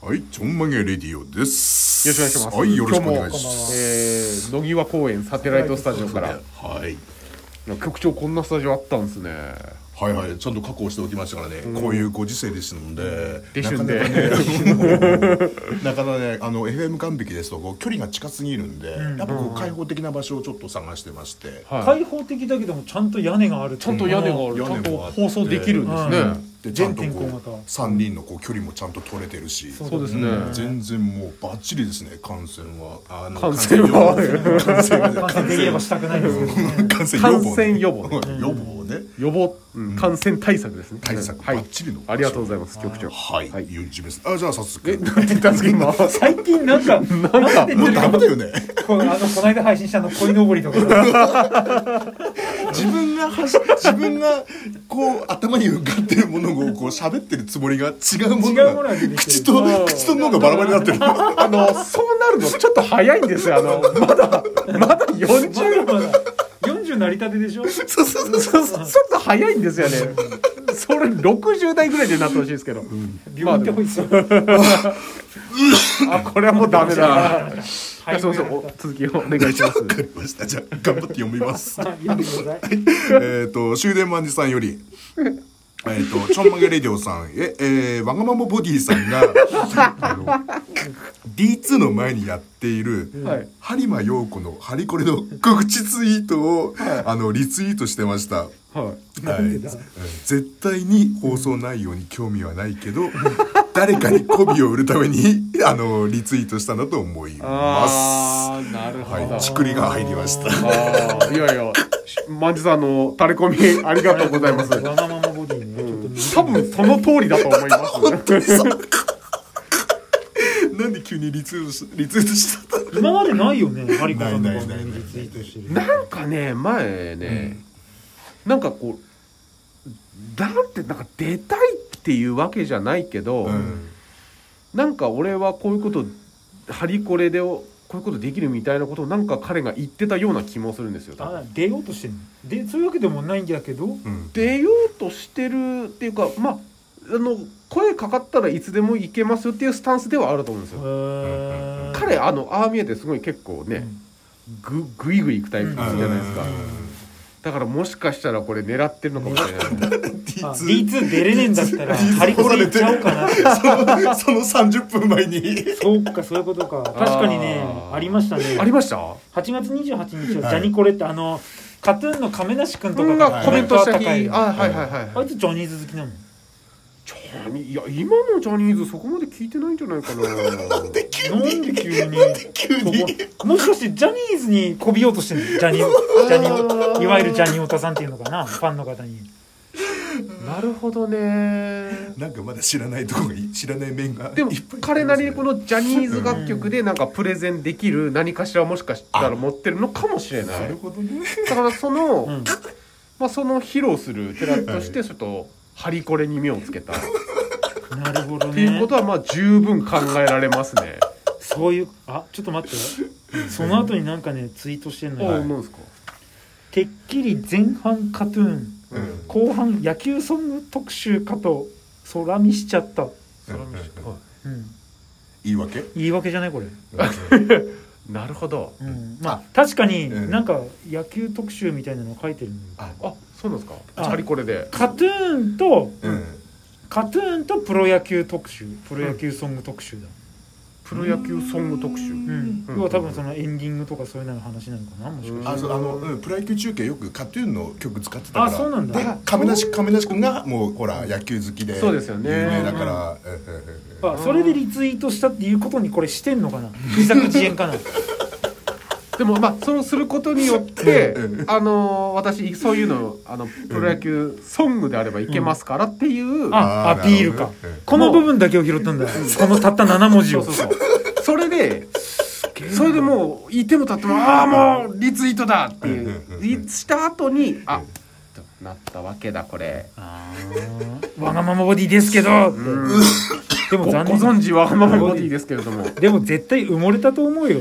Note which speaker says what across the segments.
Speaker 1: はい、ちょんまげレディオです。
Speaker 2: よろしくお願いします。
Speaker 1: はい、よろしくお願いします。
Speaker 2: 今日も、えー、野際公園サテライトスタジオから。
Speaker 3: はい、
Speaker 2: 局長こんなスタジオあったんですね。
Speaker 3: はいはいちゃんと確保しておきましたからね、こういうご時世ですので
Speaker 2: です
Speaker 3: なか
Speaker 2: ん
Speaker 3: な
Speaker 2: で
Speaker 3: かね なかなかねあの FM 完璧ですとこう距離が近すぎるんで、やっぱこう開放的な場所をちょっと探してまして、
Speaker 2: い。
Speaker 4: 開放的だけどもちゃんと屋根がある
Speaker 2: ちゃんと屋根がある。
Speaker 3: 屋
Speaker 2: ちゃん
Speaker 3: 根
Speaker 2: と
Speaker 3: もあって
Speaker 2: 放送できるんですね。
Speaker 3: でちゃんと
Speaker 4: 全天
Speaker 3: こ
Speaker 4: 候
Speaker 3: う
Speaker 4: 型
Speaker 3: 3人のこう距離もちゃんと取れてるしそう
Speaker 2: ですね
Speaker 3: ん全然もうバッチリですね感染はあの
Speaker 2: 感染は
Speaker 3: 感染は
Speaker 4: 感染できればしたくないですけどね
Speaker 3: 感染
Speaker 2: 感
Speaker 3: 予防
Speaker 2: 染
Speaker 3: ねうん
Speaker 2: 予防ね。
Speaker 3: 予防ね
Speaker 2: 予防、感染対策ですね。
Speaker 3: 対策
Speaker 2: はい
Speaker 3: バッチリの
Speaker 2: ありがとうございます局長。
Speaker 3: はい、
Speaker 2: はい
Speaker 3: い、いう事ですあじゃあ早速
Speaker 2: え、なんて言ったんで すか今。
Speaker 4: 最近なんかなんて言
Speaker 3: も
Speaker 4: って
Speaker 3: う
Speaker 4: る
Speaker 3: ダ
Speaker 4: か
Speaker 3: メだよね
Speaker 4: このあのこの間配信したあの鯉のぼりとか
Speaker 3: 自分が走自分がこう頭に浮かってるものをこう喋ってるつもりが違うもの
Speaker 4: 違うもの
Speaker 3: が
Speaker 4: が出てきてる
Speaker 3: 口と口と脳がバラバラになってる
Speaker 2: あのそうなるのちょっと早いんですよ。あのまだまだ40
Speaker 4: まだまだ40なりたてでしょ
Speaker 3: そうそうそう
Speaker 2: そうそうちょっと早いんですよね。それ60代ぐらいでなってほしいですけど。
Speaker 4: 病院ってこいつ
Speaker 2: あ、これはもうダメだ。
Speaker 4: はい
Speaker 2: そうそう、お続きをお願いします
Speaker 3: わ。かりましたじゃあ頑張って読みます
Speaker 4: 読んでください
Speaker 3: えっと終電マンジさんより えっとちょんまげレディオさんええーわがままボディさ んがあの D2 の前にやっている、
Speaker 2: はい。
Speaker 3: 播磨陽子のハリコレの告知ツイートを、あのリツイートしてました。
Speaker 2: はい。
Speaker 3: はい、絶対に放送内容に興味はないけど 誰かに媚びを売るためにあのリツイートしたんだと思います。
Speaker 2: あー、なるほど。
Speaker 3: はい、ちくりが入りました。
Speaker 2: あーいやいや、マジさんの垂れ込みありがとうございます。
Speaker 4: わがままボディねちょっとね
Speaker 2: 多分その通りだと思います。
Speaker 3: なんで急にリツイートしリツイートしちゃった
Speaker 4: 今までないよねハリコさんの番
Speaker 3: ないない
Speaker 4: 組
Speaker 3: ない
Speaker 4: リツイートしてる
Speaker 2: なんかね、前ね、なんかこう、だってなんか出たいっていうわけじゃないけど、
Speaker 3: うん
Speaker 2: なんか俺はこういうこと、ハリコレでを、こういうことできるみたいなことをなんか彼が言ってたような気もするんですよ。多分
Speaker 4: あ出ようとしてんのでそういうわけでもないんだけど
Speaker 3: うん
Speaker 2: 出ようとしてるっていうかまああの声かかったらいつでも行けますよっていうスタンスではあると思うんですよ、
Speaker 4: へー
Speaker 2: 彼あのああ見えてすごい結構ね、ぐぐいぐい行くタイプじゃないですか、だからもしかしたらこれ狙ってるのかもしれない
Speaker 4: あ D2 出れねえんだったらハリコレ行っちゃおうかなって
Speaker 3: そのその三十分前に
Speaker 4: そうかそういうことか確かにね
Speaker 2: あー
Speaker 4: ありましたね
Speaker 2: ありました
Speaker 4: 8月28日は
Speaker 3: はい
Speaker 4: ジャニコレってあのカトゥーンの亀梨君と
Speaker 2: 君
Speaker 4: か
Speaker 2: がコメントした日、
Speaker 4: あった
Speaker 2: あ
Speaker 4: か
Speaker 2: は
Speaker 4: い
Speaker 2: いはいはい、
Speaker 4: あいつジャニーズ好きなの
Speaker 2: ジャニいや今のジャニーズそこまで聞いてないんじゃないかななんで
Speaker 4: なんで急に
Speaker 3: 急に
Speaker 4: そこもしかしてジャニーズにこびようとしてるのジャニジャニいわゆるジャニオタさんっていうのかなファンの方に
Speaker 2: なるほどね
Speaker 3: なんかまだ知らないとこがい知らない面が
Speaker 2: でも
Speaker 3: いっぱい
Speaker 2: 彼なりにこのジャニーズ楽曲でなんかプレゼンできる何かしらもしかしたら持ってるのかもしれな
Speaker 3: ないるほどね。
Speaker 2: だからその、
Speaker 4: ん
Speaker 2: まあその披露する寺としてちょっとハリコレに目をつけたって
Speaker 4: なるほど
Speaker 2: いう
Speaker 4: ね
Speaker 2: ことはまあ十分考えられますね。
Speaker 4: そういうあちょっと待ってその後になんかねツイートしてんの
Speaker 2: お
Speaker 4: よ、
Speaker 2: うなんですか。
Speaker 4: てっきり前半カトゥーン
Speaker 3: うん
Speaker 4: 後半野球ソング特集かと空見しちゃった、うん、
Speaker 3: いいわけ。
Speaker 4: 言い訳じゃないこれ、
Speaker 2: なるほど。
Speaker 4: うん、まあ確かに
Speaker 3: うん
Speaker 4: なんか野球特集みたいなの書いてるのよ
Speaker 3: あ
Speaker 2: あそうなんですか。
Speaker 4: あ
Speaker 2: ハリコレで。
Speaker 4: カトゥーンと
Speaker 3: うん。
Speaker 4: カトゥーンとプロ野球特集プロ野球ソング特集だ、
Speaker 2: プロ野球ソング特集。
Speaker 4: うん
Speaker 2: うん
Speaker 4: 要は多分そのエンディングとかそういうのの話なのかなもしかして、
Speaker 3: あそうあの、うん、プロ野球中継よくカトゥーンの曲使ってたから
Speaker 4: あそうなんだ
Speaker 3: で亀梨亀梨君がもうほら野球好きで
Speaker 2: そうですよね
Speaker 3: 有名だから、うんうんうん
Speaker 4: あそれでリツイートしたっていうことにこれしてんのかな自作自演かな
Speaker 2: でもまあそのすることによって
Speaker 3: う、
Speaker 2: あのー私そういうのあのプロ野球ソングであればいけますからっていう。
Speaker 4: あ
Speaker 3: あー
Speaker 4: アピールか、
Speaker 3: なるほどね
Speaker 4: この部分だけを拾ったんだこのたった7文字
Speaker 2: そう
Speaker 4: を
Speaker 2: そうそう。それで、それでもう、いてもたっても、ああ、もう、リツイートだってい
Speaker 3: うんうん
Speaker 2: う、いした後に、あとなったわけだ、これ。
Speaker 4: あーわがままボディですけど、
Speaker 2: うん
Speaker 4: でも
Speaker 2: ごご
Speaker 4: 残念
Speaker 2: 存知は、ままボディですけれども。
Speaker 4: でも絶対埋もれたと思うよ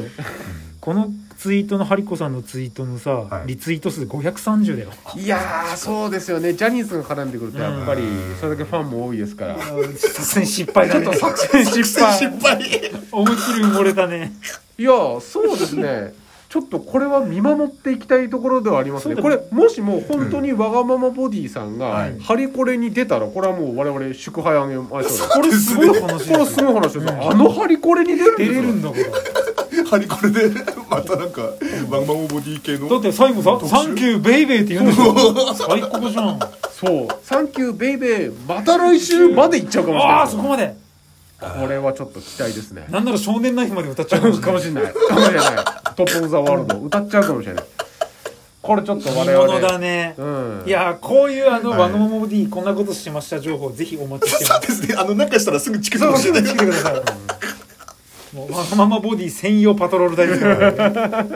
Speaker 4: このツイートのハリコさんのツイートのさ、
Speaker 3: い
Speaker 4: リツイート数530だよ
Speaker 2: いやーそうですよねジャニーズが絡んでくるとやっぱりそれだけファンも多いですから
Speaker 4: 作戦失敗だね作戦失敗失敗思いっきり埋もれたね
Speaker 2: いやーそうですねちょっとこれは見守っていきたいところではありますね
Speaker 4: そう
Speaker 2: こ
Speaker 4: だ
Speaker 2: れもしも本当にわがままボディさんが
Speaker 3: はい
Speaker 2: ハリコレに出たらこれはもう我々祝杯あげましょう
Speaker 4: これすごい話です
Speaker 2: これ
Speaker 4: よ
Speaker 2: すごい話ですよあのハリコレに出るんで
Speaker 4: 出
Speaker 2: す
Speaker 4: れ
Speaker 2: よ
Speaker 4: るんだから
Speaker 3: ハリコレで またなんかワンマンボディ系の
Speaker 4: だって最後さ「サンキューベイベー」って言うんでしょ最高じゃん
Speaker 2: そう「サンキューベイベーまた来週」まで行っちゃうかもしれ
Speaker 4: あ
Speaker 2: な
Speaker 4: あ
Speaker 2: い
Speaker 4: そこまで
Speaker 2: これはちょっと期待ですね
Speaker 4: なんなら少年ナイフまで歌っちゃうかもしれ
Speaker 2: か
Speaker 4: ない
Speaker 2: もしれないかもしれない「トップ・オブ・ザ・ワールド」歌っちゃうかもしれないこれちょっと我
Speaker 4: 見
Speaker 2: 々
Speaker 4: 物だね、
Speaker 2: うん
Speaker 4: いやーこういうあの、ワゴンモディこんなことしました情報ぜひお待ちしてます
Speaker 3: ですねあのなんかしたらすぐチクチクして
Speaker 4: 来てください、もうわがままボディ専用パトロール隊ですからね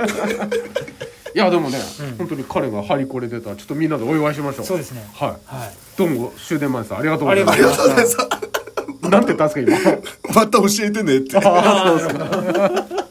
Speaker 2: いやでもね、本当に彼がハリコレ出たらちょっとみんなでお祝いしましょう
Speaker 4: そうですね
Speaker 2: はい
Speaker 4: はい
Speaker 2: どうも終電前さんありがとうございま
Speaker 4: ありが
Speaker 2: すなんて言ったんですか今
Speaker 3: また教えてねって
Speaker 2: あーそうですか